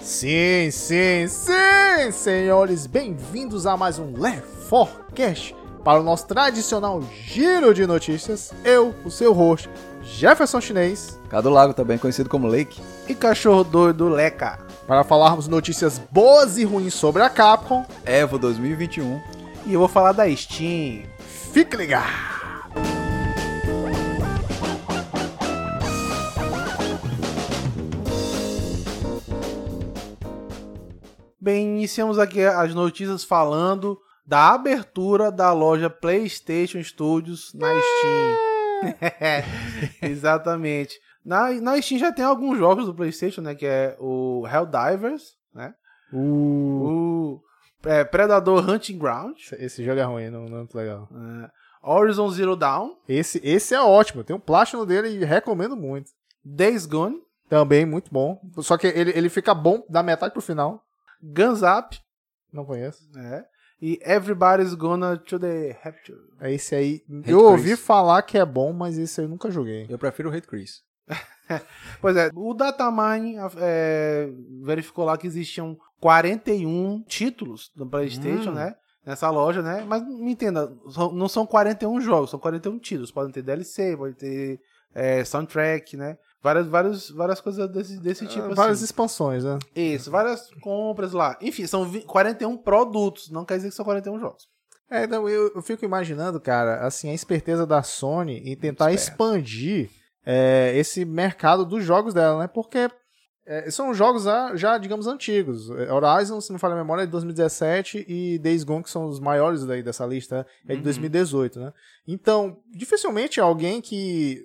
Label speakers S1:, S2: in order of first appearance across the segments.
S1: Sim, sim, sim, senhores, bem-vindos a mais um LeForCast para o nosso tradicional giro de notícias. Eu, o seu host, Jefferson Chinês
S2: Cadu Lago também, conhecido como Lake.
S3: E cachorro doido Leca.
S1: para falarmos notícias boas e ruins sobre a Capcom.
S2: Evo 2021.
S3: E eu vou falar da Steam.
S1: Fique ligado!
S3: Bem, iniciamos aqui as notícias falando da abertura da loja PlayStation Studios na Steam. Exatamente. Na, na Steam já tem alguns jogos do PlayStation, né? Que é o Helldivers, né? Uh. O é, Predador Hunting Ground,
S1: Esse jogo é ruim, não, não é muito legal.
S3: é, Horizon Zero Dawn,
S1: Esse, esse é ótimo, tem um plástico dele e recomendo muito.
S3: Days Gone,
S1: Também muito bom. Só que ele, ele fica bom da metade pro final.
S3: Guns Up
S1: Não conheço.
S3: né? e Everybody's Gonna to the Rapture.
S1: É esse aí.
S2: Red
S1: eu ouvi
S2: Chris.
S1: falar que é bom, mas esse eu nunca joguei.
S2: Eu prefiro o Hate Chris.
S3: Pois é, o Datamine é, verificou lá que existiam 41 títulos do PlayStation,
S2: Hum.
S3: né? Nessa loja, né? Mas me entenda, são- não são 41 jogos, são 41 títulos. Podem ter DLC, pode ter é, soundtrack, né? Várias, várias, várias coisas desse, desse tipo.
S1: Ah,
S3: assim.
S1: Várias expansões, né?
S3: Isso, várias compras lá. Enfim, são vi- 41 produtos, não quer dizer que são 41 jogos.
S1: É, então eu, eu fico imaginando, cara, assim, a esperteza da Sony em tentar
S2: Esperto.
S1: expandir é, esse mercado dos jogos dela, né? Porque é, são jogos já, já, digamos, antigos. É, Horizon, se não falha a memória, é de 2017 e Days Gone, que são os maiores daí dessa lista, é de
S2: Uhum.
S1: 2018, né? Então, dificilmente alguém que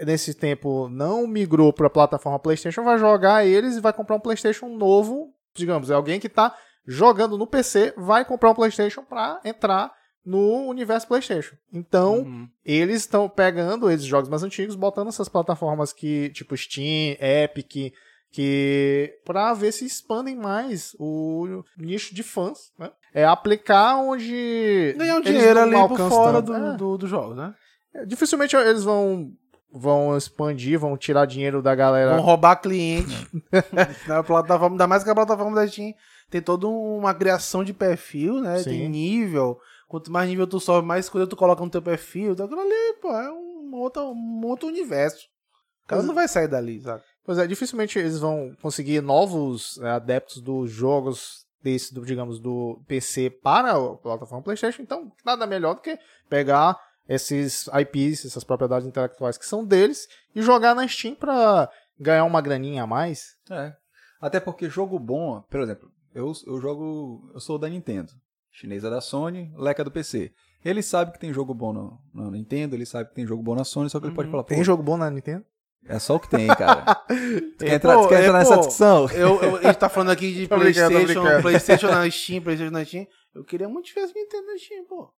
S1: nesse tempo não migrou para a plataforma PlayStation vai jogar eles e vai comprar um PlayStation novo, digamos, é alguém que tá jogando no PC, vai comprar um PlayStation para entrar no universo PlayStation. Então,
S2: Uhum.
S1: eles estão pegando esses jogos mais antigos, botando essas plataformas que, tipo Steam, Epic, que para ver se expandem mais o nicho de fãs, né? É aplicar onde
S3: Ganhar um
S1: eles
S3: dinheiro
S1: não
S3: ali por
S1: alcançam
S3: fora
S1: tanto.
S3: do,
S1: É.
S3: do, do jogo, né?
S1: É, Dificilmente eles vão vão expandir, vão tirar dinheiro da galera.
S3: Vão roubar cliente na plataforma. Ainda mais que a plataforma da Steam tem toda uma criação de perfil, né?
S1: Sim.
S3: Tem nível. Quanto mais nível tu sobe, mais coisa tu coloca no teu perfil. Então aquilo ali, pô, é um outro, um outro universo. O cara não vai sair dali, sabe?
S1: Pois é, dificilmente eles vão conseguir novos é, adeptos dos jogos desse, do, digamos, do PC para a plataforma PlayStation. Então, nada melhor do que pegar esses IPs, essas propriedades intelectuais que são deles e jogar na Steam para ganhar uma graninha a mais.
S2: É. Até porque jogo bom, por exemplo, eu, eu jogo. Eu sou da Nintendo. Chinesa da Sony, leca do PC. Ele sabe que tem jogo bom no, na Nintendo, ele sabe que tem jogo bom na Sony, só que
S3: Uhum.
S2: ele pode falar, pô,
S1: Tem jogo bom na Nintendo?
S2: é só o que tem, cara. tu quer
S3: É,
S2: entrar,
S3: pô,
S2: tu quer
S3: é,
S2: entrar nessa
S3: pô.
S2: discussão?
S3: Eu, eu, a gente tá falando aqui de
S1: Tô brincando, tô
S3: PlayStation,
S1: brincando.
S3: PlayStation na Steam, PlayStation na Steam. Eu queria muito que tivesse Nintendo na Steam, pô.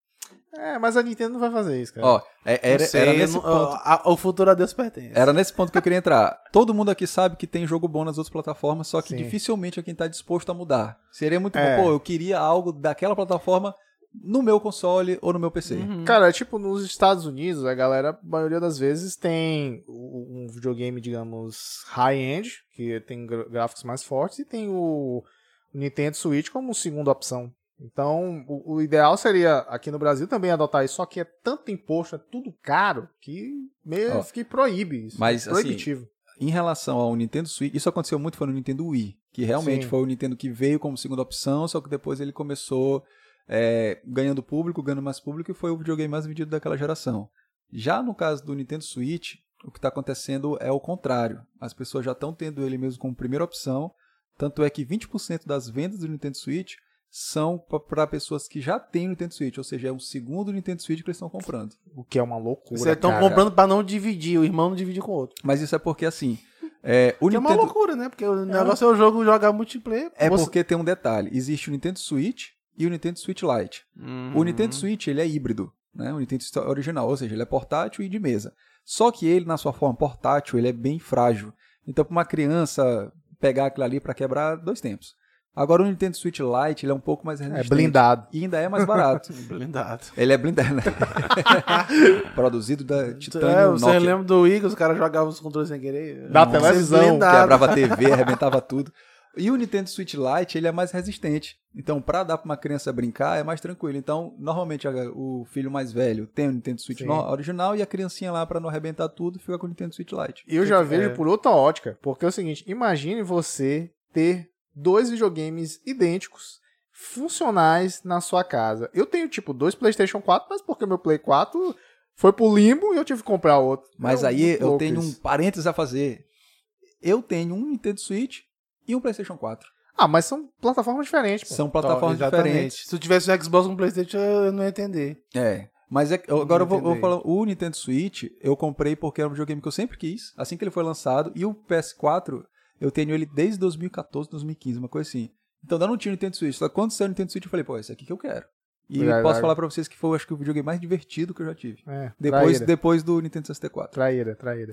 S1: É, mas a Nintendo não vai fazer isso, cara.
S2: Ó, é- era,
S3: Não sei,
S2: era
S3: eu
S2: nesse
S3: não-
S2: ponto.
S3: a- o futuro a Deus pertence.
S2: Era nesse ponto que eu queria entrar. Todo mundo aqui sabe que tem jogo bom nas outras plataformas, só que
S1: Sim.
S2: dificilmente é quem tá disposto a mudar. Seria muito
S1: É.
S2: bom, pô, eu queria algo daquela plataforma no meu console ou no meu PC.
S3: Uhum.
S1: Cara, tipo, nos Estados Unidos, a galera, a maioria das vezes, tem o- um videogame, digamos, high-end, que tem gra- gráficos mais fortes, e tem o Nintendo Switch como segunda opção. Então, o, o ideal seria aqui no Brasil também adotar isso, só que é tanto imposto, é tudo caro, que meio
S2: Ó,
S1: que proíbe isso.
S2: mas,
S1: é proibitivo.
S2: Em relação ao Nintendo Switch, isso aconteceu muito foi no Nintendo Wii, que realmente
S1: Sim.
S2: foi o Nintendo que veio como segunda opção, só que depois ele começou é, ganhando público, ganhando mais público e foi o videogame mais vendido daquela geração. Já no caso do Nintendo Switch, o que está acontecendo é o contrário. As pessoas já estão tendo ele mesmo como primeira opção, tanto é que 20% das vendas do Nintendo Switch são para pessoas que já têm o Nintendo Switch, ou seja, é um segundo Nintendo Switch que eles estão comprando.
S1: o que é uma loucura.
S3: Vocês estão
S1: cara.
S3: tá comprando pra não dividir, o irmão não divide com o outro.
S2: Mas isso é porque assim, é, o
S3: Que é uma
S2: Nintendo
S3: loucura, né? Porque o negócio é o jogo jogar multiplayer.
S2: É
S3: Você-
S2: porque tem um detalhe. Existe o Nintendo Switch e o Nintendo Switch Lite.
S3: Uhum.
S2: O Nintendo Switch, ele é híbrido, né? O Nintendo Switch original, ou seja, ele é portátil e de mesa. Só que ele, na sua forma portátil, ele é bem frágil. Então, para uma criança pegar aquilo ali para quebrar, dois tempos. Agora o Nintendo Switch Lite ele é um pouco mais
S1: É
S2: resistente.
S1: blindado.
S2: E ainda é mais barato.
S3: Blindado.
S2: ele é blindado, né? Produzido da Titanium
S3: É, você
S2: Nokia.
S3: lembra do Igor, os caras jogavam os controles sem querer?
S1: Da
S3: Nossa,
S1: televisão,
S3: blindado.
S2: Quebrava a TV, arrebentava tudo. E o Nintendo Switch Lite, ele é mais resistente. Então, pra dar pra uma criança brincar, é mais tranquilo. Então, normalmente, a- o filho mais velho tem o Nintendo Switch
S1: Sim.
S2: no- original e a criancinha lá, pra não arrebentar tudo, fica com o Nintendo Switch Lite.
S1: Eu já
S3: É.
S1: vejo por outra ótica, porque é o seguinte, imagine você ter dois videogames idênticos, funcionais na sua casa. Eu tenho tipo dois PlayStation 4, mas porque meu Play 4 foi pro limbo e eu tive que comprar outro.
S2: Mas
S1: É
S2: aí
S1: muito
S2: eu
S1: louco
S2: tenho um
S1: isso.
S2: parênteses a fazer. Eu tenho um Nintendo Switch e um PlayStation 4.
S1: Ah, mas são plataformas diferentes, pô.
S2: São plataformas
S3: Exatamente.
S2: diferentes.
S3: Se eu tivesse um Xbox com um Playstation, eu não ia entender.
S2: É. Mas é, eu- agora eu vou, eu vou
S3: Entendi.
S2: falar. O Nintendo Switch eu comprei porque era um videogame que eu sempre quis, assim que ele foi lançado. E o PS4, eu tenho ele desde 2014, 2015, uma coisa assim. Então eu não tinha Nintendo Switch. Só que quando saiu o Nintendo Switch, eu falei, pô, esse aqui que eu quero. E
S1: Vai,
S2: posso
S1: vai.
S2: falar pra vocês que foi, acho que, o videogame mais divertido que eu já tive.
S1: É,
S2: Depois,
S1: traíra.
S2: depois do Nintendo 64.
S1: Traíra, traíra.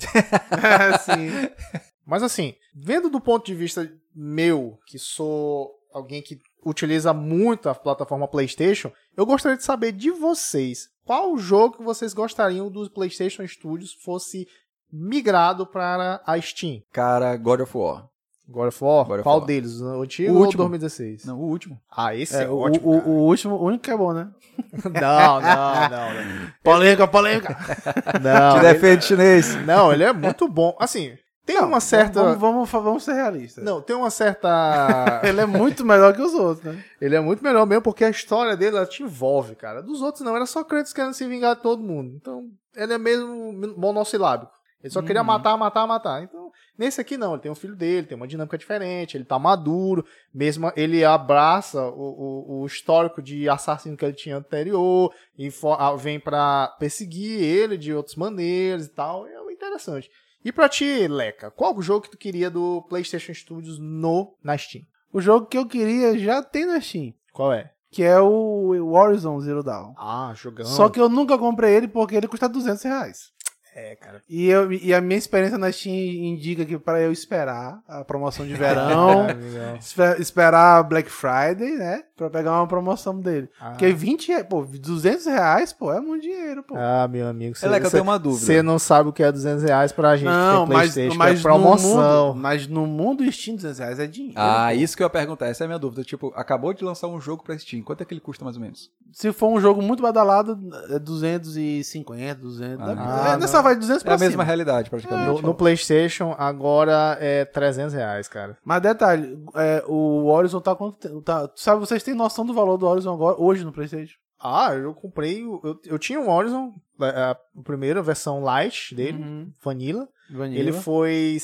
S3: É, Sim.
S1: Mas assim, vendo do ponto de vista meu, que sou alguém que utiliza muito a plataforma PlayStation, eu gostaria de saber de vocês qual jogo que vocês gostariam dos PlayStation Studios fosse migrado para a Steam.
S2: Cara, God of War.
S1: God of War,
S2: God of
S1: qual
S2: War.
S1: deles? O antigo
S2: O
S1: ou
S2: último.
S1: 2016?
S2: Não, o último.
S1: Ah, esse é,
S3: É, o,
S1: ótimo.
S3: o-
S1: cara.
S3: o último, o único que é bom, né?
S1: Não, não, não.
S3: Polêmica, polêmica.
S1: Não,
S2: Te
S1: não, Ah, ele,
S2: defende, chinês.
S1: não, ele é muito bom. Assim, tem uma certa.
S3: Vamos, vamos, vamos ser realistas.
S1: Não, tem uma certa.
S3: Ele é muito melhor que os outros, né?
S1: Ele é muito melhor mesmo, porque a história dele ela te envolve, cara. Dos outros não, era só Kratos querendo se vingar de todo mundo. Então, ele é mesmo monossilábico. Ele só queria
S3: Uhum.
S1: matar, matar, matar. Então, nesse aqui não, ele tem um filho dele, tem uma dinâmica diferente, ele tá maduro, mesmo ele abraça o, o- o histórico de assassino que ele tinha anterior, e fo- ah, vem pra perseguir ele de outras maneiras e tal. É interessante. E pra ti, Leca, qual o jogo que tu queria do PlayStation Studios no, na Steam?
S3: O jogo que eu queria já tem na Steam,
S1: Qual é?
S3: que é o o Horizon Zero Dawn.
S1: Ah, jogão.
S3: Só que eu nunca comprei ele porque ele custa 200 reais.
S1: É, cara.
S3: E, eu- e a minha experiência na Steam indica que para eu esperar a promoção de
S1: Ah,
S3: verão, espe- esperar a Black Friday, né? Pra pegar uma promoção dele.
S1: Ah,
S3: Porque 20 reais, pô, 200 reais, pô, é muito dinheiro, pô.
S1: ah, meu amigo,
S2: É, Leca, eu tenho uma dúvida.
S1: Você não sabe o que é 200 reais pra gente que tem Playstation, que é
S3: No
S1: promoção.
S3: mundo, mas no mundo Steam, 200 reais é dinheiro.
S2: Ah, isso que eu ia perguntar. Essa é a minha dúvida. Tipo, acabou de lançar um jogo pra Steam. Quanto é que ele custa mais ou menos?
S3: Se for um jogo muito badalado, é 250, 200.
S2: Ah,
S3: é, nessa
S1: não.
S3: vai
S2: É
S3: 200
S2: a
S3: pra
S2: mesma
S3: cima.
S2: realidade,
S1: No,
S2: praticamente.
S1: no Playstation, agora é 300 reais, cara.
S3: Mas detalhe, é, o Horizon tá, com- tá. Sabe, vocês têm noção do valor do Horizon agora, hoje no PlayStation?
S1: Ah, eu comprei. o- Eu, eu tinha um Horizon, a, a primeira versão light dele,
S3: Uhum.
S1: Vanilla.
S3: Vanilla.
S1: Ele foi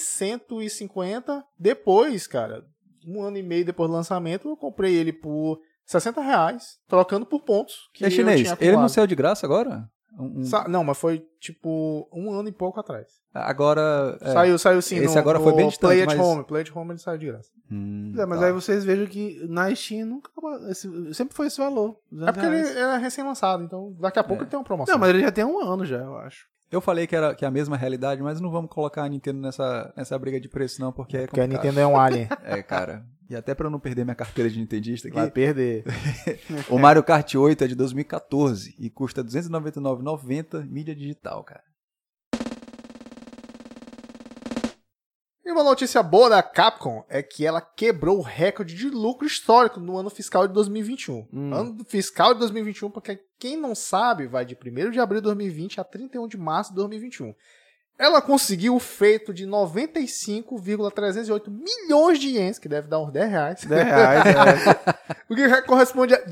S1: 150. Depois, cara, um ano e meio depois do lançamento, eu comprei ele por 60 reais, trocando por pontos. Que
S2: é
S1: eu
S2: chinês.
S1: tinha
S2: Ele não
S1: acumulado.
S2: saiu de graça agora? Um- um-
S1: Sa- Não, mas foi tipo um ano e pouco atrás.
S2: Agora. é.
S1: Saiu, saiu sim.
S2: Esse agora foi bem distante,
S1: Play at
S2: mas-
S1: Home. Play at Home ele saiu de graça.
S2: Hum,
S3: É, mas
S2: tá.
S3: aí vocês vejam que na Steam nunca. esse- sempre foi esse valor. 200
S1: É porque
S3: reais.
S1: ele era recém-lançado, então daqui a pouco ele tem uma promoção.
S3: Não, mas ele já tem um ano já, eu acho.
S2: Eu falei que era que é a mesma realidade, mas não vamos colocar a Nintendo nessa, nessa briga de preço, não, porque é
S1: Porque a
S2: complicado.
S1: Nintendo é um alien.
S2: É, cara. E até pra eu não perder minha carteira de Nintendista aqui,
S1: Vai perder.
S2: o Mario Kart 8 é de 2014 e custa R$ 299,90 mídia digital, cara.
S1: E uma notícia boa da Capcom é que ela quebrou o recorde de lucro histórico no ano fiscal de 2021.
S3: Hum.
S1: Ano fiscal de 2021, porque quem não sabe, vai de 1 de abril de 2020 a 31 de março de 2021. Ela conseguiu o feito de 95,308 milhões de ienes, que deve dar uns 10 reais.
S3: 10 reais, é.
S1: O que já corresponde a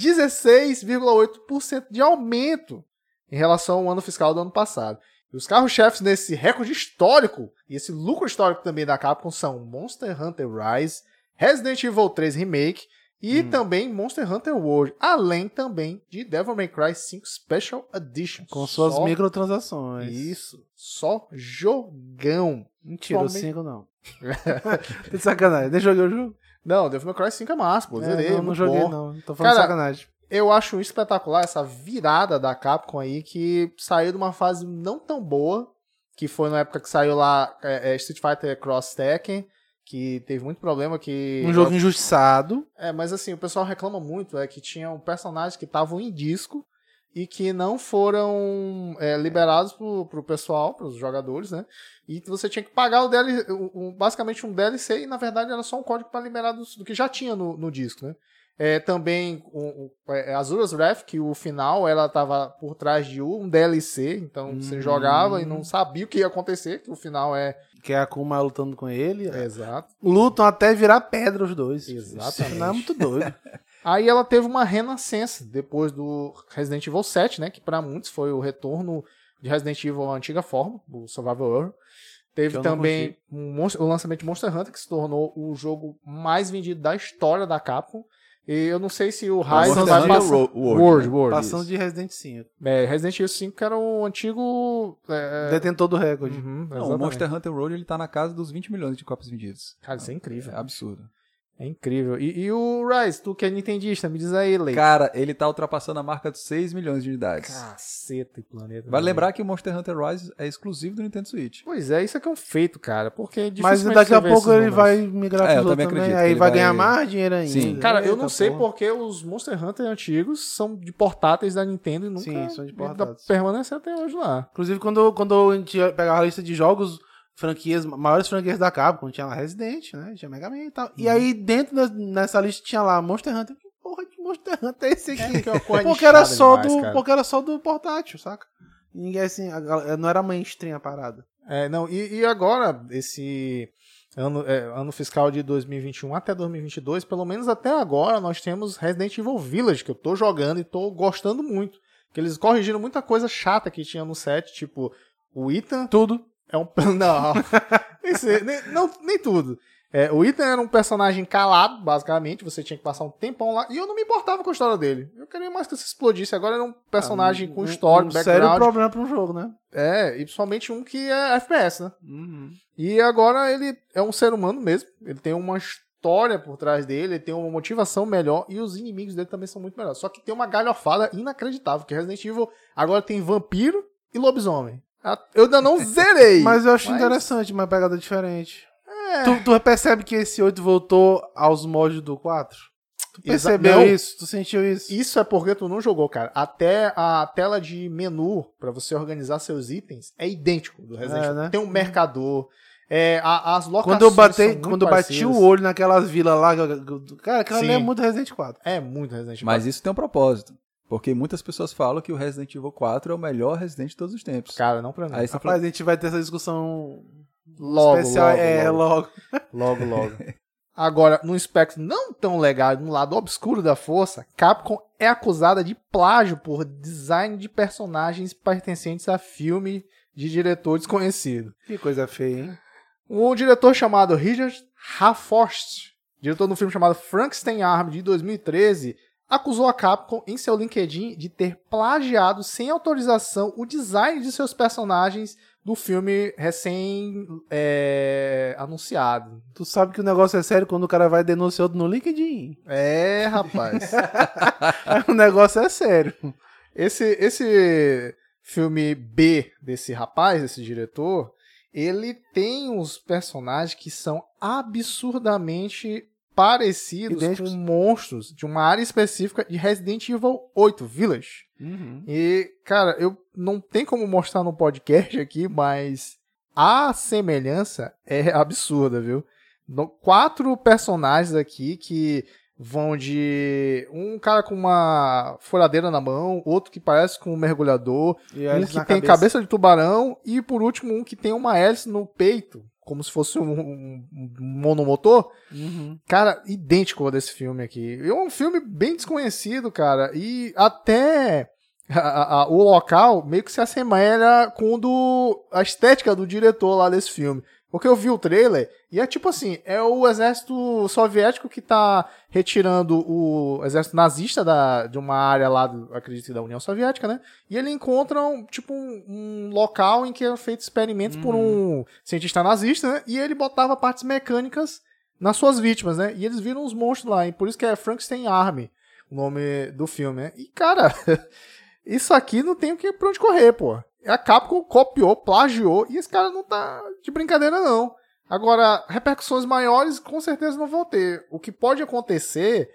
S1: 16,8% de aumento em relação ao ano fiscal do ano passado. E os carros-chefes nesse recorde histórico, e esse lucro histórico também da Capcom, são Monster Hunter Rise, Resident Evil 3 Remake e
S3: Hum.
S1: também Monster Hunter World, além também de Devil May Cry 5 Special Edition.
S3: Com suas
S1: Só-
S3: microtransações.
S1: Isso, só jogão.
S3: Mentira, o
S1: Somente-
S3: 5 não. Tá de sacanagem. Nem joguei o jogo.
S1: Não, Devil May Cry 5 é massa, pô,
S3: É,
S1: zerei,
S3: não, não
S1: muito
S3: joguei,
S1: bom.
S3: não. Tô falando de
S1: Cara,
S3: sacanagem.
S1: eu acho espetacular essa virada da Capcom aí, que saiu de uma fase não tão boa, que foi na época que saiu lá é, é, Street Fighter Cross Tekken, que teve muito problema que...
S3: Um jogo injustiçado.
S1: É, mas assim, o pessoal reclama muito é que tinham personagens que estavam em disco e que não foram é, liberados pro, pro pessoal, pros jogadores, né? E você tinha que pagar o DLC, o- o- basicamente um DLC e na verdade era só um código para liberar do, do que já tinha no, no disco, né? É, também o, o, é, Azura's Wrath, que o final ela tava por trás de um DLC, então você
S3: Hum.
S1: jogava e não sabia o que ia acontecer, que o final é...
S3: Que é a Kuma lutando com ele. É.
S1: Exato.
S3: Lutam até virar pedra os dois.
S1: Exatamente.
S3: Isso não é muito doido.
S1: Aí ela teve uma renascença depois do Resident Evil 7, né? Que pra muitos foi o retorno de Resident Evil à antiga forma, o Survival Horror.
S3: Que
S1: Teve
S3: eu não
S1: também um monstro- o lançamento de Monster Hunter, que se tornou o jogo mais vendido da história da Capcom. E eu não sei se o Horizon
S2: Monster
S1: vai
S2: Hunter
S1: então passar...
S2: Ro- World,
S1: World,
S2: né?
S1: World.
S3: Passando de Resident 5.
S1: É, Resident Evil 5 que era o antigo... É...
S3: Detentor do recorde.
S1: Uhum,
S2: Não, o
S1: exatamente.
S2: Monster Hunter Road ele tá na casa dos 20 milhões de cópias vendidas.
S1: Cara, isso é
S2: É
S1: incrível.
S2: absurdo.
S1: É incrível. E, e o Rise, tu que é nintendista, me diz aí, Leite.
S2: Cara, ele tá ultrapassando a marca de 6 milhões de unidades.
S1: Caceta e planeta.
S2: Vale
S1: né?
S2: lembrar que o Monster Hunter Rise é exclusivo do Nintendo Switch.
S1: Pois é, isso aqui é um feito, cara. Porque
S3: Mas
S1: dificilmente é você
S3: daqui a
S1: vê
S3: pouco
S1: esses
S3: ele
S1: números.
S3: vai migrar
S2: É,
S3: pros
S2: eu também
S3: outros também.
S2: acredito que
S3: Aí
S2: ele
S3: vai
S2: vai-
S3: ganhar mais dinheiro ainda.
S2: Sim.
S1: Cara, eu
S3: Eita
S1: não sei
S3: porra.
S1: porque os Monster Hunter antigos são de portáteis da Nintendo e nunca
S3: Sim, são de
S1: ainda
S3: portáteis.
S1: permanecem até hoje lá.
S3: Inclusive, quando, quando a gente ia pegar a lista de jogos, franquias, maiores franquias da Capcom, tinha lá Resident, né? Tinha Mega Man e tal.
S2: Uhum.
S3: E aí, dentro da- nessa lista, tinha lá Monster Hunter. Que porra de Monster Hunter é esse aqui? porque, era só do, porque era só do portátil, saca? E Ninguém assim, a gal- não era mainstream a parada.
S1: É, não, e, e agora, esse ano, é, ano fiscal de 2021 até 2022, pelo menos até agora, nós temos Resident Evil Village, que eu tô jogando e tô gostando muito. Que eles corrigiram muita coisa chata que tinha no set, tipo, o Ethan
S3: Tudo.
S1: É um. Não. Esse- nem, não, nem tudo. É, o Ethan era um personagem calado, basicamente. Você tinha que passar um tempão lá. E eu não me importava com a história dele. Eu queria mais que isso explodisse. Agora era um personagem com história,
S3: um, um sério
S1: background.
S3: problema pra um jogo, né?
S1: É, e principalmente um que é FPS, né? E agora ele é um ser humano mesmo. Ele tem uma história por trás dele, ele tem uma motivação melhor e os inimigos dele também são muito melhores. Só que tem uma galhofada inacreditável, que Resident Evil agora tem vampiro e lobisomem. Ah, Eu ainda não zerei.
S3: Mas eu acho
S1: mas- É.
S3: interessante, uma pegada diferente. Tu, tu percebe que esse 8 voltou aos moldes do 4? Tu
S1: Exa-
S3: percebeu
S1: não.
S3: isso? Tu sentiu isso?
S1: Isso é porque tu não jogou, cara. Até a tela de menu pra você organizar seus itens é idêntico do Resident
S3: É,
S1: Evil.
S3: né?
S1: Tem um mercador, é, a- as locações
S3: Quando eu
S1: são
S3: bati,
S1: muito
S3: quando eu bati
S1: parecidas.
S3: o olho naquelas vilas lá, eu- eu- cara, aquela ali é
S1: Sim.
S3: muito Resident 4.
S1: É muito Resident Evil.
S2: Mas isso tem um propósito. Porque muitas pessoas falam que o Resident Evil 4 é o melhor Resident de todos os tempos.
S1: Cara, não pra mim.
S2: Aí você fala,
S3: Rapaz, a gente vai ter essa discussão
S1: logo,
S3: especial,
S1: logo,
S3: é,
S1: logo,
S3: logo.
S1: logo, logo. Agora, num espectro não tão legal, num lado obscuro da força, Capcom é acusada de plágio por design de personagens pertencentes a filme de diretor desconhecido.
S3: Que coisa feia, hein?
S1: Um diretor chamado Richard Haforst, diretor de um filme chamado Frankenstein Arm de 2013, acusou a Capcom em seu LinkedIn de ter plagiado sem autorização o design de seus personagens do filme eh, recém-anunciado.
S3: Tu sabe que o negócio é sério quando o cara vai denunciar outro no LinkedIn.
S1: É, rapaz.
S3: o negócio é sério.
S1: Esse, esse filme B desse rapaz, desse diretor, ele tem uns personagens que são absurdamente parecidos
S3: Idênticos.
S1: com monstros de uma área específica de Resident Evil 8 Village. Uhum. E, cara, eu não tem como mostrar no podcast aqui, mas a semelhança é absurda, viu? No- quatro personagens aqui que vão de um cara com uma furadeira na mão, outro que parece com um mergulhador,
S3: E
S1: um
S3: eles
S1: que
S3: na
S1: tem cabeça de tubarão e por último um que tem uma hélice no peito, como se fosse um, um- um monomotor.
S3: Uhum.
S1: Cara, idêntico ao desse filme aqui. É um filme bem desconhecido, cara. E até a- a- o local meio que se assemelha com o do, a estética do diretor lá desse filme. Porque eu vi o trailer e é tipo assim: é o exército soviético que tá retirando o exército nazista da, de uma área lá, do- acredito, que da União Soviética, né? E ele encontra, um, tipo, um, um local em que é feito experimentos por um cientista nazista, né? E ele botava partes mecânicas nas suas vítimas, né? E eles viram uns monstros lá, e por isso que é Frankenstein Army, o nome do filme, né? E, cara, isso aqui não tem o que pra onde correr, pô. A Capcom copiou, plagiou, e esse cara não tá de brincadeira, não. Agora, repercussões maiores com certeza não vão ter. O que pode acontecer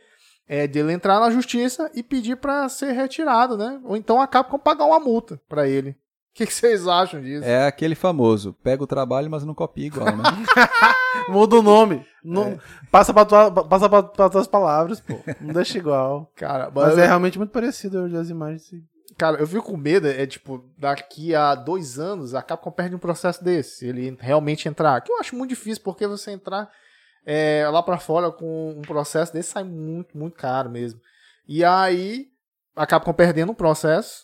S1: é dele entrar na justiça e pedir pra ser retirado, né? Ou então a Capcom pagar uma multa pra ele. O que, que vocês acham disso?
S2: É aquele famoso, pega o trabalho, mas não copia igual, né?
S3: Muda o nome.
S2: É.
S3: Não, Passa, pra tua, passa pra, pra tuas palavras, pô. Não deixa igual.
S1: Cara,
S3: Mas é realmente muito parecido eu olhei as imagens. e-
S1: Cara, eu fico com medo, é tipo, daqui a dois anos a Capcom perde um processo desse, se ele realmente entrar. Que eu acho muito difícil, porque você entrar é, lá pra fora com um processo desse sai muito, muito caro mesmo. E aí, a Capcom perdendo um processo,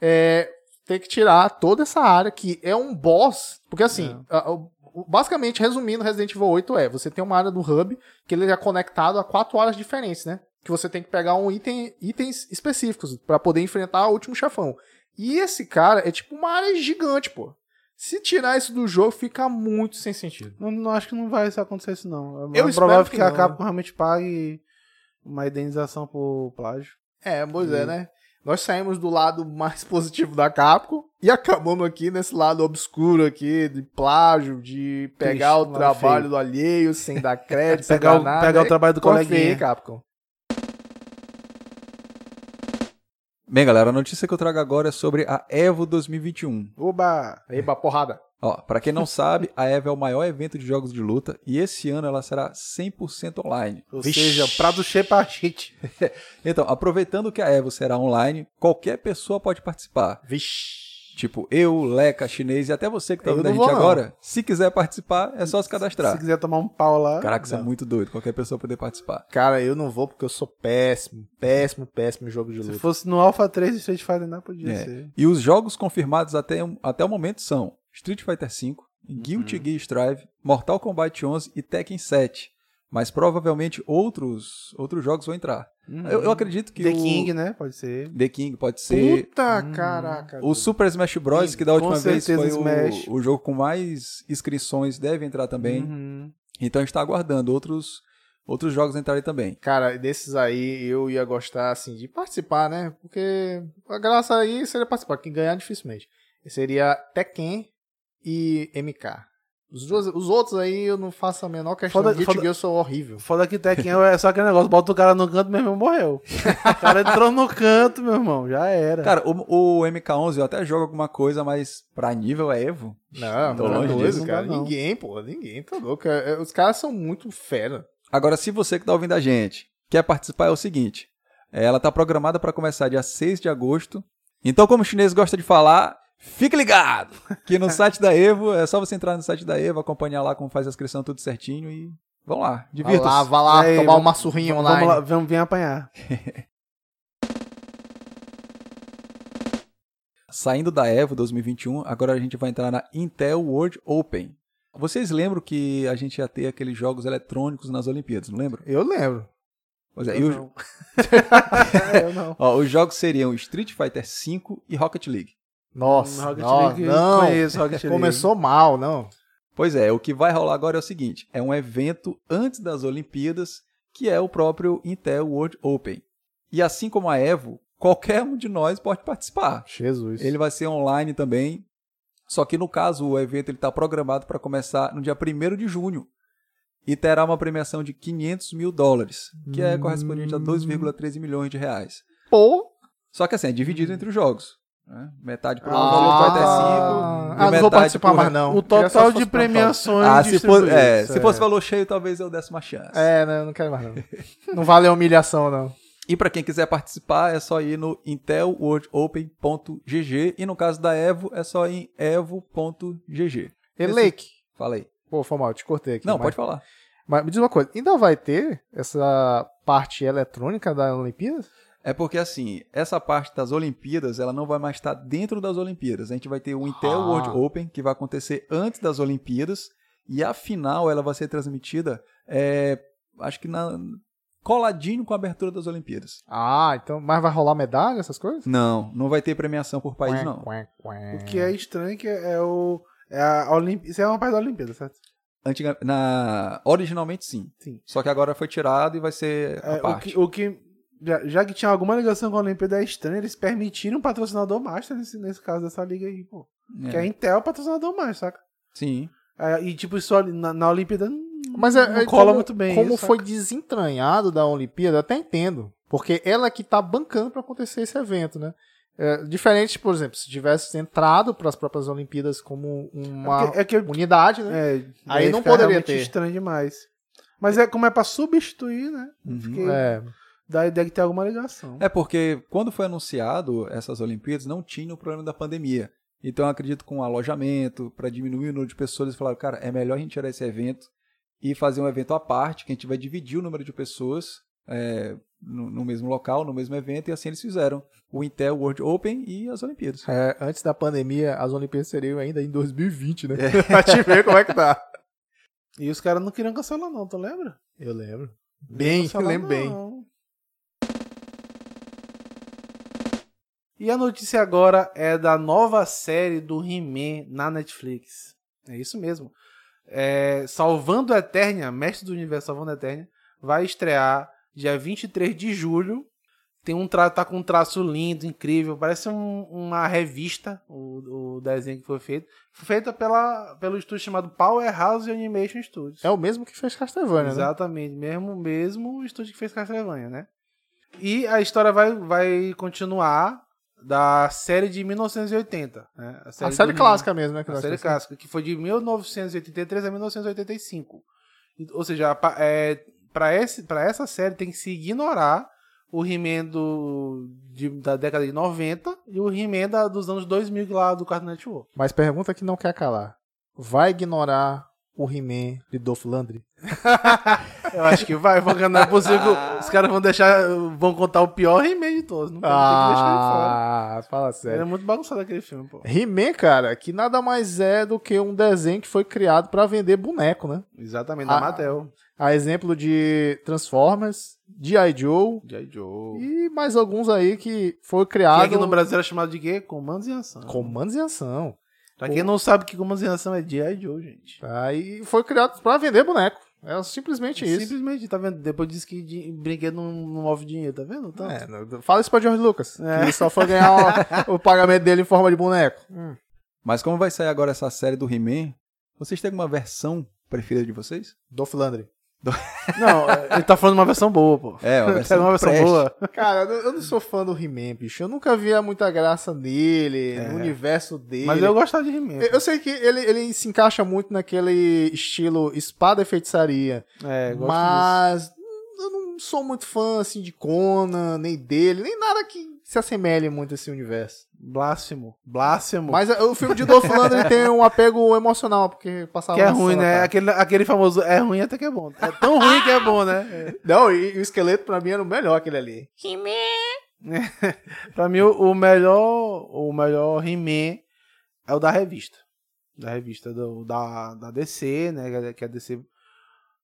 S1: é, tem que tirar toda essa área que é um boss, porque assim, a- o- o- basicamente, resumindo, Resident Evil 8 é, você tem uma área do hub que ele é conectado a quatro áreas diferentes, né? que você tem que pegar um item, itens específicos pra poder enfrentar o último chefão. E esse cara é tipo uma área gigante, pô. Se tirar isso do jogo, fica muito sem sentido.
S3: Não, não acho que não vai isso acontecer isso, não. É
S1: Eu
S3: eu
S1: espero
S3: provável
S1: que
S3: que,
S1: não.
S3: a Capcom realmente pague uma indenização por plágio.
S1: É, pois é,
S3: Hum.
S1: né? Nós saímos do lado mais positivo da Capcom e acabamos aqui nesse lado obscuro aqui de plágio, de pegar
S3: Triste,
S1: o
S3: lado
S1: trabalho
S3: feio.
S1: do alheio sem dar crédito,
S2: é
S1: sem
S3: Pegar,
S1: dar
S3: o,
S1: nada.
S3: pegar o trabalho do
S1: Ficou feio, hein,
S3: coleguinha.
S1: Capcom.
S2: Bem, galera, a notícia que eu trago agora é sobre a EVO 2021.
S3: Oba!
S1: Eba, porrada.
S2: Ó, pra quem não sabe, a EVO é o maior evento de jogos de luta e esse ano ela será 100% online.
S3: Ou
S1: Vixe.
S3: seja, prato cheio pra gente.
S2: Então, aproveitando que a EVO será online, qualquer pessoa pode participar.
S1: Vixe.
S2: Tipo, eu, Leca, Chinês e até você que tá
S1: Eu
S2: ouvindo a
S1: não
S2: gente
S1: vou, não.
S2: agora, se quiser participar, é só se cadastrar.
S3: Se quiser tomar um pau lá.
S2: Caraca, isso é
S1: Não.
S2: muito doido, qualquer pessoa poder participar.
S1: Cara, eu não vou porque eu sou péssimo, péssimo, péssimo em jogo de luta.
S3: Se fosse no Alpha 3 e Street Fighter, não podia
S2: É.
S3: ser.
S2: E os jogos confirmados até, um, até o momento são Street Fighter V, Guilty Gear Strive, Mortal Kombat 11 e Tekken 7. Mas provavelmente outros, outros jogos vão entrar. Eu, eu acredito que
S3: Uhum. The
S2: o
S3: King, né? Pode ser.
S2: The King pode ser.
S1: Puta caraca.
S2: O Super Smash Bros, que da
S3: Com
S2: última vez foi
S3: certeza
S2: o,
S3: Smash.
S2: o jogo com mais inscrições, deve entrar também.
S3: Uhum.
S2: Então a gente tá aguardando outros, outros jogos entrarem também.
S1: Cara, desses aí eu ia gostar, assim, de participar, né? Porque a graça aí seria participar, quem ganhar dificilmente. Seria Tekken e MK. Os, dois- os outros aí eu não faço a menor questão.
S3: Foda-
S1: Guilty
S3: foda-
S1: Gear eu sou horrível.
S3: Foda que Tekken é só aquele negócio, bota o cara no canto, meu irmão morreu. O cara entrou no canto, meu irmão, já
S1: É.
S3: era.
S2: Cara, o, o MK11 eu até jogo alguma coisa, mas pra nível é Evo.
S1: Não,
S2: Tô
S1: não
S2: longe
S1: doido,
S3: disso.
S1: cara.
S3: Não dá, não.
S1: Ninguém, pô, ninguém, tá louco. É, é, Os caras são muito fera.
S2: Agora, se você que está ouvindo a gente quer participar, é o seguinte: É, ela está programada para começar dia 6 de agosto. Então, como o chinês gosta de falar, fique ligado! Que no site da Evo, é só você entrar no site da Evo, acompanhar lá como faz a inscrição, tudo certinho e vão lá,
S1: Vai
S2: divirta-se.
S1: lá, vai lá,
S3: Aí,
S1: tomar
S3: É, vamos-
S1: uma surrinha online.
S3: Vamos lá, vamos, vem apanhar.
S2: Saindo da Evo 2021, agora a gente vai entrar na Intel World Open. Vocês lembram que a gente ia ter aqueles jogos eletrônicos nas Olimpíadas, não lembram?
S1: Eu lembro.
S2: Pois é,
S3: Eu
S2: e os-
S3: não. eu não.
S2: ó, os jogos seriam Street Fighter V e Rocket League.
S1: Nossa,
S3: Hum, Rocket
S1: nossa,
S3: League,
S1: não.
S3: conheço Rocket League.
S1: Começou mal, não.
S2: Pois é, o que vai rolar agora é o seguinte: é um evento antes das Olimpíadas, que é o próprio Intel World Open. E assim como a Evo, qualquer um de nós pode participar.
S1: Jesus.
S2: Ele vai ser online também. Só que no caso, o evento está programado para começar no dia 1 de junho. E terá uma premiação de 500 mil dólares, que é correspondente a 2,13 milhões de reais.
S1: Pô.
S2: Só que assim, é dividido entre os jogos. né? Metade para o
S3: Ah.
S2: Street Fighter 5,
S1: Ah, não vou
S2: é metade
S1: participar
S2: pro-
S1: mais, não.
S3: O
S1: Queria só
S3: total
S1: se
S3: de
S1: fosse total.
S3: premiações
S2: Ah, se, for- é,
S3: distribuídas,
S2: se fosse valor cheio, talvez eu desse uma chance.
S1: É, não, não quero mais não. Não vale a humilhação, não.
S2: E para quem quiser participar, é só ir no intelworldopen.gg e no caso da Evo, é só em evo.gg.
S1: Eleik.
S2: Fala aí.
S1: Pô, foi mal, te cortei aqui.
S2: Não,
S1: mas,
S2: pode falar.
S1: Mas me diz uma coisa, ainda vai ter essa parte eletrônica da Olimpíadas?
S2: É porque assim, essa parte das Olimpíadas, ela não vai mais estar dentro das Olimpíadas. A gente vai ter o Intel
S1: Ah.
S2: World Open, que vai acontecer antes das Olimpíadas, e a final ela vai ser transmitida, é, acho que na- coladinho com a abertura das Olimpíadas.
S1: Ah, então, mas vai rolar medalha, essas coisas?
S2: Não, não vai ter premiação por país,
S1: Quen,
S2: não.
S1: quen, quen.
S3: O que é estranho que é o... É a Olimp... Isso é uma parte da Olimpíada, certo?
S2: Antiga- na originalmente sim.
S3: Sim.
S2: Só que agora foi tirado e vai ser a
S3: É, o
S2: parte.
S3: que... O que já, já que tinha alguma ligação com a Olimpíada, é estranho. Eles permitiram um patrocinador master nesse, nesse caso dessa liga aí, pô.
S2: É.
S3: Que é a Intel patrocinador master, saca?
S2: Sim.
S3: É, e tipo, isso ali na, na Olimpíada não,
S1: Mas é,
S3: não
S1: é
S3: cola
S1: como-
S3: muito bem.
S1: Como
S3: isso,
S1: foi
S3: saca?
S1: desentranhado da Olimpíada, eu até entendo. Porque ela é que tá bancando para acontecer esse evento, né? É, diferente, por exemplo, se tivesse entrado para as próprias Olimpíadas como uma
S3: É que, é que
S1: unidade, né?
S3: é,
S1: Aí não
S3: fica
S1: poderia
S3: realmente
S1: ter.
S3: estranho demais. Mas é como é pra substituir, né?
S2: Uhum.
S3: Fiquei-
S1: É,
S3: Daí deve ter alguma ligação.
S2: É porque quando foi anunciado essas Olimpíadas, não tinha o problema da pandemia. Então eu acredito com alojamento, para diminuir o número de pessoas, eles falaram, cara, é melhor a gente tirar esse evento e fazer um evento à parte, que a gente vai dividir o número de pessoas é, no, no mesmo local, no mesmo evento, e assim eles fizeram o Intel World Open e as Olimpíadas.
S1: É, antes da pandemia, as Olimpíadas seriam ainda em 2020, né? pra te ver como é que tá.
S3: E os caras não queriam cancelar, não, tu lembra?
S1: Eu lembro. Bem, eu
S3: Cancelar
S1: lembro bem.
S3: não. E a notícia agora é da nova série do He-Man na Netflix. É isso mesmo. É, Salvando a Eternia, Mestre do Universo Salvando a Eternia, vai estrear dia 23 de julho. Tem um tra tá com um traço lindo, incrível. Parece um- uma revista, o, o desenho que foi feito. Foi feita pela, pelo estúdio chamado Powerhouse Animation Studios.
S1: É o mesmo que fez Castlevania, né?
S3: Exatamente, mesmo mesmo o estúdio que fez Castlevania, né? E a história vai, vai continuar da série de 1980, né?
S1: A série
S3: do-
S1: clássica mesmo, né? que
S3: a
S1: nós
S3: série
S1: temos.
S3: clássica, que foi de 1983 a 1985. Ou seja, pa- é, para essa série tem que se ignorar o He-Man do- de- da década de 90 e o He-Man da- dos anos 2000 lá do Cartoon Network.
S1: Mas pergunta que não quer calar. Vai ignorar o He-Man de Dolph Landry?
S3: Eu acho que vai, porque não é possível. que os caras vão deixar. Vão contar o pior He-Man de todos. Não tem tem que deixar ele fora.
S1: Ah, fala
S3: Ele é
S1: sério.
S3: muito bagunçado aquele filme, pô.
S1: um He-Man, cara, que nada mais é do que um desenho que foi criado pra vender boneco, né?
S3: Exatamente,
S1: da
S3: da
S1: Mattel.
S3: Mattel.
S1: A exemplo de Transformers, G.I. Joe
S3: J. Joe.
S1: e mais alguns aí que foi
S3: é Que
S1: criado...
S3: aqui no Brasil era chamado de quê? Comandos e Ação.
S1: Comandos em ação.
S3: Pra quem não sabe que Comandos e Ação é J. Joe, gente.
S1: Tá? E foi criado pra vender boneco. É simplesmente isso.
S3: Simplesmente, tá vendo? Depois diz que di- brinquedo não, não move dinheiro, tá vendo? Então,
S1: É, não- fala isso pra George Lucas.
S3: É.
S1: Que ele só foi ganhar o, o pagamento dele em forma de boneco.
S2: Mas como vai sair agora essa série do He-Man, vocês têm alguma versão preferida de vocês?
S1: Dolph Landry.
S3: Não, ele tá falando uma versão boa, pô.
S2: É, uma
S3: Tá
S2: versão,
S3: uma versão
S2: preste.
S3: boa.
S1: Cara, eu eu não sou fã do He-Man, bicho. Eu nunca via muita graça nele, no universo dele.
S3: É. Mas eu gostava de He-Man.
S1: Eu- eu sei que ele, ele se encaixa muito naquele estilo espada e feitiçaria.
S3: É, gosto
S1: mas eu não sou muito fã assim, de Conan, nem dele, nem nada que se assemelhe muito a esse universo.
S3: disso. Blasfemo. Blasfemo.
S1: Mas é, o filme de Dolph Lundgren tem um apego emocional, porque passava
S3: Que é
S1: na
S3: ruim,
S1: Tá sala,
S3: né?
S1: cara.
S3: Aquele, aquele famoso é ruim até que é bom. É tão ruim que é bom, né?
S1: Não, e, e o esqueleto pra mim era o melhor aquele ali.
S3: É. Pra mim, o, o melhor, o melhor He-Man é o da revista. Da revista do, da, da DC, né? Que é- Que é a DC.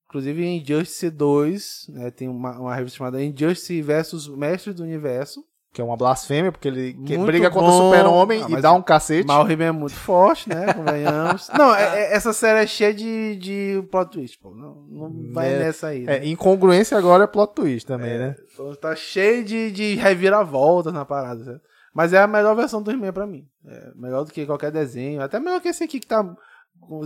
S3: Inclusive em Injustice 2, né? Tem uma, uma revista chamada Injustice versus Mestres do Universo.
S1: Que é uma blasfêmia, porque ele que-
S3: Muito
S1: briga contra
S3: bom.
S1: o super-homem
S3: Ah,
S1: e
S3: mas-
S1: dá um cacete.
S3: Mas o He-Man é muito forte, né? Convenhamos. Não, é- é- essa série é cheia de, de plot twist, pô. Não, não vai
S1: Né?
S3: nessa aí. né?
S1: É, incongruência agora é plot twist também, né?
S3: Então tá cheio de, de reviravoltas na parada, certo? Mas é a melhor versão do He-Man pra mim. É melhor do que qualquer desenho. Até melhor que esse aqui que tá.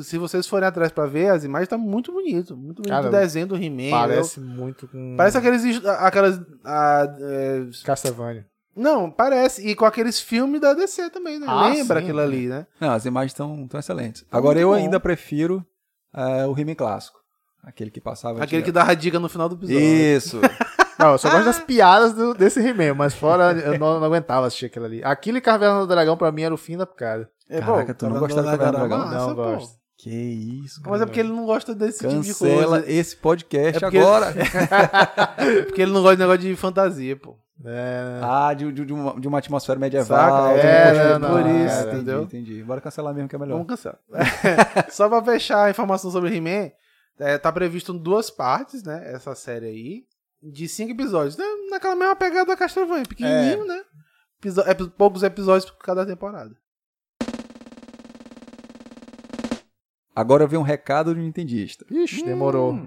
S3: Se vocês forem atrás pra ver, as imagens tá muito bonito. Muito bonito
S1: Cara,
S3: o desenho do He-Man.
S1: Parece muito com
S3: entendeu? Parece aqueles. est- Aquelas. ah, é,
S1: Castlevania.
S3: não, parece. E com aqueles filmes da DC também, né?
S1: Ah,
S3: Lembra
S1: sim.
S3: aquilo ali, né?
S2: Não, as imagens estão tão excelentes. Agora eu
S1: bom.
S2: ainda prefiro ah, o He-Man clássico. Aquele que um passava...
S3: Aquele que
S2: direto.
S3: dava a dica no final do episódio.
S2: Isso.
S1: Não, eu só gosto
S3: Ah!
S1: das piadas do- desse He-Man, mas fora eu não, não aguentava assistir aquilo ali. Aquilo e Caverna do Dragão pra mim era o fim da picada.
S3: É,
S2: Caraca, tu não
S3: tá
S2: gostava
S3: na-
S2: do Caverna
S3: na-
S2: do Dragão?
S3: massa,
S1: Não,
S3: pô.
S1: gosto.
S2: que isso, cara.
S3: Mas é porque ele não gosta desse tipo de
S2: Cancela
S3: coisa.
S2: esse podcast
S3: É porque-
S2: agora.
S3: É porque ele não gosta de negócio de fantasia, pô.
S1: É,
S2: Ah, de, de- de uma, de uma atmosfera medieval. de
S3: Saca?
S2: um
S1: É,
S2: costume.
S1: não, não,
S2: Ah,
S1: cara,
S2: entendi,
S3: entendeu?
S2: Entendi. Bora cancelar mesmo que é melhor.
S3: Vamos cancelar. Só pra fechar a informação sobre He-Man, é, tá previsto em duas partes, né? Essa série aí, de cinco episódios. né, Naquela mesma pegada da Castlevania,
S2: É.
S3: pequenininho, né? Episo- epi- poucos episódios por cada temporada.
S2: Agora vem um recado do Nintendista.
S3: Hum.
S1: Ixi, demorou.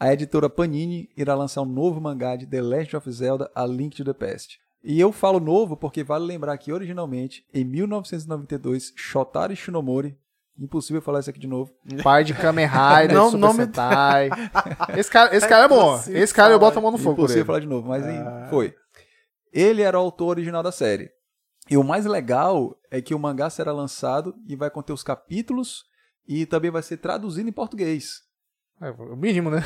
S2: A editora Panini irá lançar um novo mangá de The Legend of Zelda: A Link to the Past. E eu falo novo porque vale lembrar que originalmente, em 1992, Shotaro Shinomori Impossível falar isso aqui de novo.
S1: Pai de Kamen Rider,
S3: Não,
S1: Super
S3: não me-
S1: Sentai. Esse cara, esse cara é bom.
S3: impossível
S1: Esse cara eu
S3: falar.
S1: boto a mão no fogo por
S2: Impossível
S1: ele.
S2: falar de novo, mas aí
S3: Ah.
S2: foi. Ele era o autor original da série. E o mais legal é que o mangá será lançado e vai conter os capítulos e também vai ser traduzido em português.
S1: É, o mínimo, né?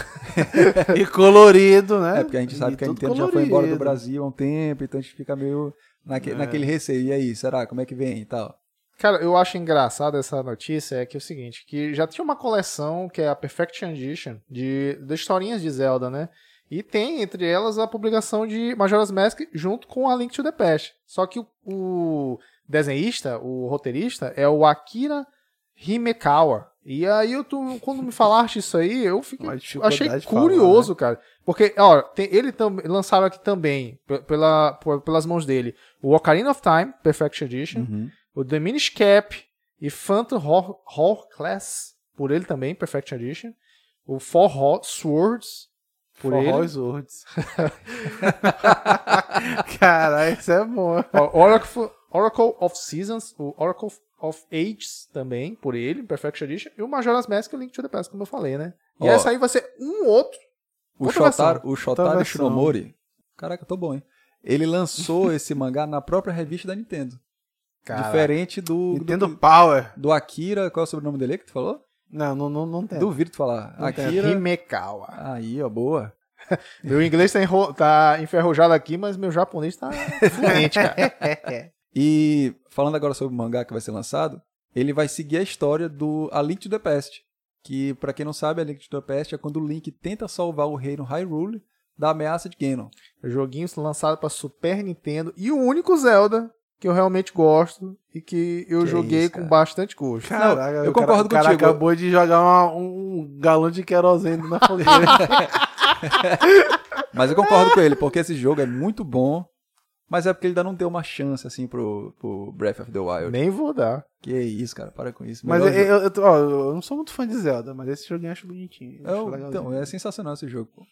S3: E colorido, né?
S2: É, porque a gente
S3: E
S2: sabe que a
S3: tudo
S2: Nintendo já foi embora do
S3: colorido.
S2: Brasil há um tempo, então a gente fica meio naque-
S3: É.
S2: naquele receio. E aí, será? Como é que vem e tal?
S1: Cara, eu acho engraçado essa notícia é que é o seguinte, que já tinha uma coleção que é a Perfection Edition de, de historinhas de Zelda, né? E tem entre elas a publicação de Majora's Mask junto com a Link to the Past. Só que o, o desenhista, o roteirista é o Akira Himekawa. E aí eu tô, quando me falaste isso aí, eu fiquei
S3: Uma
S1: eu achei
S3: dificuldade de falar,
S2: né?
S3: né?
S1: curioso, cara. Porque, ó, tem- ele tam, lançaram aqui também, pe- pela, por- pelas mãos dele, o Ocarina of Time, Perfection Edition,
S3: Uhum.
S1: o Diminish Cap e Phantom Hor- Hor Class, por ele também, Perfection Edition, o Four Ho- Swords, por
S3: Forró
S1: ele,
S3: e Zords. Caralho, isso é bom.
S1: o Oracle, Oracle of Seasons, o Oracle of Ages também, por ele, Perfection Edition, e o Majora's Mask e o Link to the Past, como eu falei, né? E
S2: Ó.
S1: essa aí vai ser um outro.
S2: O
S1: Outra versão.
S2: Shotaro, o Shotaro
S3: Outra versão.
S2: Shinomori. Caraca, tô bom, hein? Ele lançou esse mangá na própria revista da Nintendo. Diferente do,
S3: Nintendo
S2: do.
S3: Power.
S2: do Akira. Qual é o sobrenome dele que tu falou?
S3: Não, não, não, não tem.
S2: Duvido tu falar.
S3: Não tem.
S2: Akira.
S1: Himekawa.
S2: Aí, ó, boa.
S1: ah. Meu inglês tá, enro- tá enferrujado aqui, mas meu japonês tá fluente, cara.
S2: E falando agora sobre o mangá que vai ser lançado, ele vai seguir a história do A Link to the Past. Que, pra quem não sabe, A Link to the Past é quando o Link tenta salvar o reino Hyrule da ameaça de Ganon.
S1: Joguinho lançado pra Super Nintendo e o único Zelda que eu realmente gosto e que eu
S2: Que
S1: joguei
S2: isso,
S1: com
S2: cara.
S1: bastante gosto.
S3: Caraca,
S2: eu
S3: o cara-
S2: concordo
S3: o cara
S2: contigo.
S3: acabou de jogar uma- um galão de querosene na fogueira.
S2: Mas eu concordo com ele, porque esse jogo é muito bom, mas é porque ele ainda não deu uma chance, assim, pro, pro Breath of the
S1: Eu
S2: Wild.
S1: nem vou dar.
S2: Que isso, cara, para com isso.
S3: mas é, eu,
S2: Melhor jogo.
S3: eu, eu- ó, eu não sou muito fã de Zelda, mas esse joguinho eu acho bonitinho. eu
S2: É
S3: acho
S2: o-
S3: legalzinho.
S2: então, é sensacional esse jogo. pô.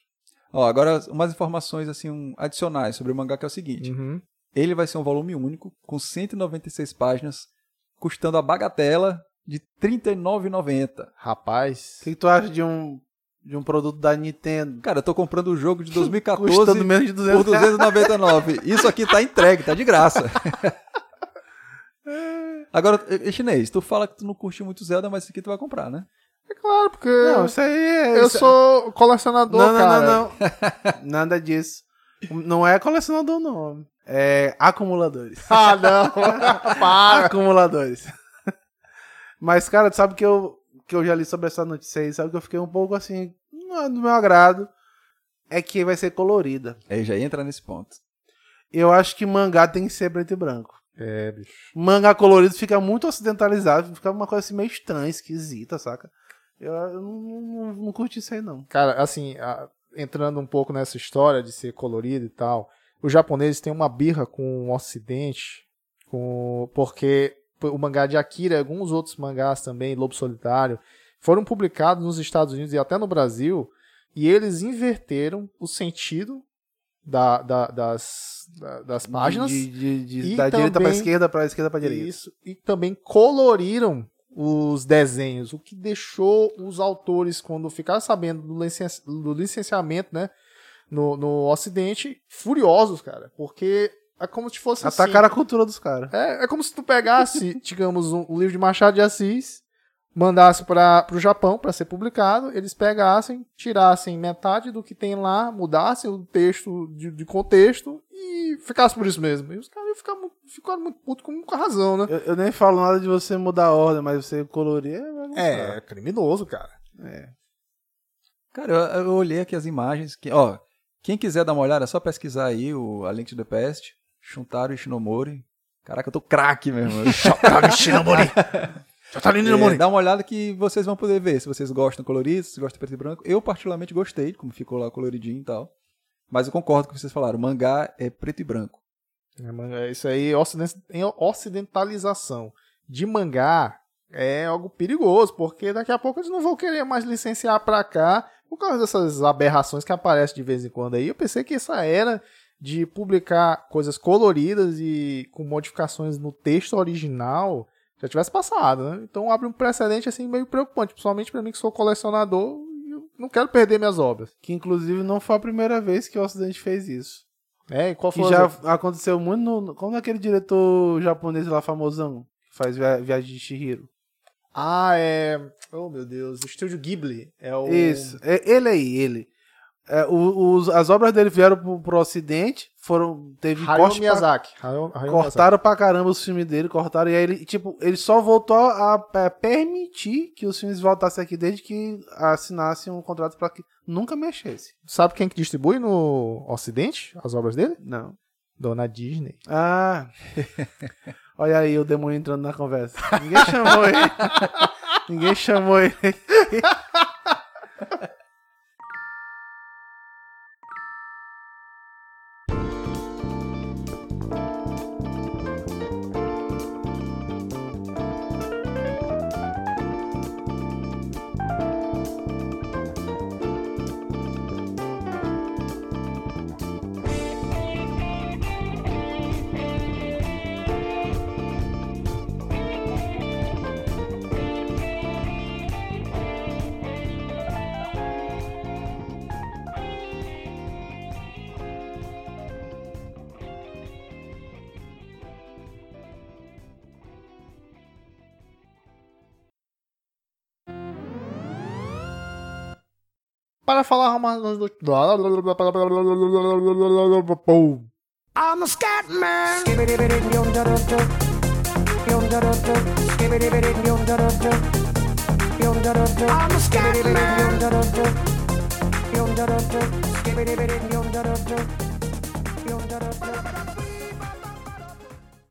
S2: Ó, agora umas informações assim um- adicionais sobre o mangá que é o seguinte.
S3: Hum.
S1: Uhum.
S2: Ele vai ser um volume único com 196 páginas, custando a bagatela de R$ 39,90.
S1: Rapaz.
S3: O que que tu acha de um, de um produto da Nintendo?
S2: Cara, eu tô comprando o jogo de 2014
S3: Custando menos de
S2: por
S3: 200 reais.
S2: 299. Isso aqui tá entregue, tá de graça. Agora, é chinês, tu fala que tu não curte muito Zelda, mas isso aqui tu vai comprar, né?
S1: É claro, porque
S3: Não, isso aí é...
S1: eu
S3: isso-
S1: sou colecionador,
S3: Não, não,
S1: cara.
S3: não, não. Nada disso. Não é colecionador, não. É acumuladores.
S1: Ah, não. Para.
S3: Acumuladores. Mas, cara, tu sabe que eu, que eu já li sobre essa notícia aí, sabe que eu fiquei um pouco assim, não é do meu agrado, é que vai ser colorida.
S2: Aí já entra nesse ponto.
S3: Eu acho que mangá tem que ser preto e branco.
S1: É, bicho.
S3: Mangá colorido fica muito ocidentalizado, fica uma coisa assim meio estranha, esquisita, saca? Eu, eu não, não, não curti isso aí, não.
S1: Cara, assim, a- entrando um pouco nessa história de ser colorido e tal, os japoneses têm uma birra com o ocidente, com... porque o mangá de Akira e alguns outros mangás também, Lobo Solitário, foram publicados nos Estados Unidos e até no Brasil, e eles inverteram o sentido da- da- das, da- das páginas.
S3: De, de- de-
S1: E
S3: da direita pra
S1: também-
S3: esquerda, pra esquerda pra direita.
S1: Isso. E também coloriram os desenhos, o que deixou os autores, quando ficaram sabendo do, licenci- do licenciamento, né, no, no Ocidente, furiosos, cara, porque é como se fosse assim-
S3: Atacaram a cultura dos caras.
S1: É, é como se tu pegasse, digamos, um, o livro de Machado de Assis, mandasse para o Japão para ser publicado, eles pegassem, tirassem metade do que tem lá, mudassem o texto de, de contexto e ficasse por isso mesmo. E os caras iam ficar mu- ficaram muito putos com, com a razão, né?
S3: Eu, eu nem falo nada de você mudar a ordem, mas você colorir. é-
S1: É, é criminoso, cara.
S2: Cara, eu, eu olhei aqui as imagens. Que, ó, quem quiser dar uma olhada, é só pesquisar aí o A Link to the Past, Shuntaro e Shinomori. Caraca, eu tô craque, meu irmão.
S1: Chotaro Shinomori. Chotaro
S2: É, dá uma olhada que vocês vão poder ver se vocês gostam colorido, se gostam preto e branco. Eu particularmente gostei, como ficou lá coloridinho e tal. Mas eu concordo com o que vocês falaram. Mangá é preto e branco.
S1: É, mano, é Isso aí, ociden- em ocidentalização de mangá é algo perigoso, porque daqui a pouco eles não vão querer mais licenciar pra cá por causa dessas aberrações que aparecem de vez em quando aí. Eu pensei que essa era de publicar coisas coloridas e com modificações no texto original já tivesse passado, né? Então abre um precedente assim meio preocupante, principalmente pra mim que sou colecionador e eu não quero perder minhas obras.
S3: Que inclusive não foi a primeira vez que o Ocidente fez isso.
S1: É, e qual
S3: Que
S1: foi
S3: já
S1: a...
S3: aconteceu muito no. no- Como naquele diretor japonês lá famosão, que faz Via- Viagem de Shihiro.
S1: Ah, é. Oh meu Deus, o estúdio Ghibli é o
S3: Isso. É, ele aí, ele. É, o- os- as obras dele vieram pro, pro ocidente, foram. Teve
S1: Hayao
S3: corte pra
S1: Miyazaki. Hayao- Hayao
S3: Cortaram pra caramba os filmes dele, cortaram. E aí ele, tipo, ele só voltou a, a permitir que os filmes voltassem aqui desde que assinassem um contrato pra que nunca mexesse.
S1: Miyazaki. Sabe quem que distribui no Ocidente as obras dele?
S3: Não.
S1: Dona Disney.
S3: Ah. Olha aí o demônio entrando na conversa. Ninguém chamou ele. Ninguém chamou ele.
S1: Para falar mais do.
S4: I'm a scat man. I'm a scat man.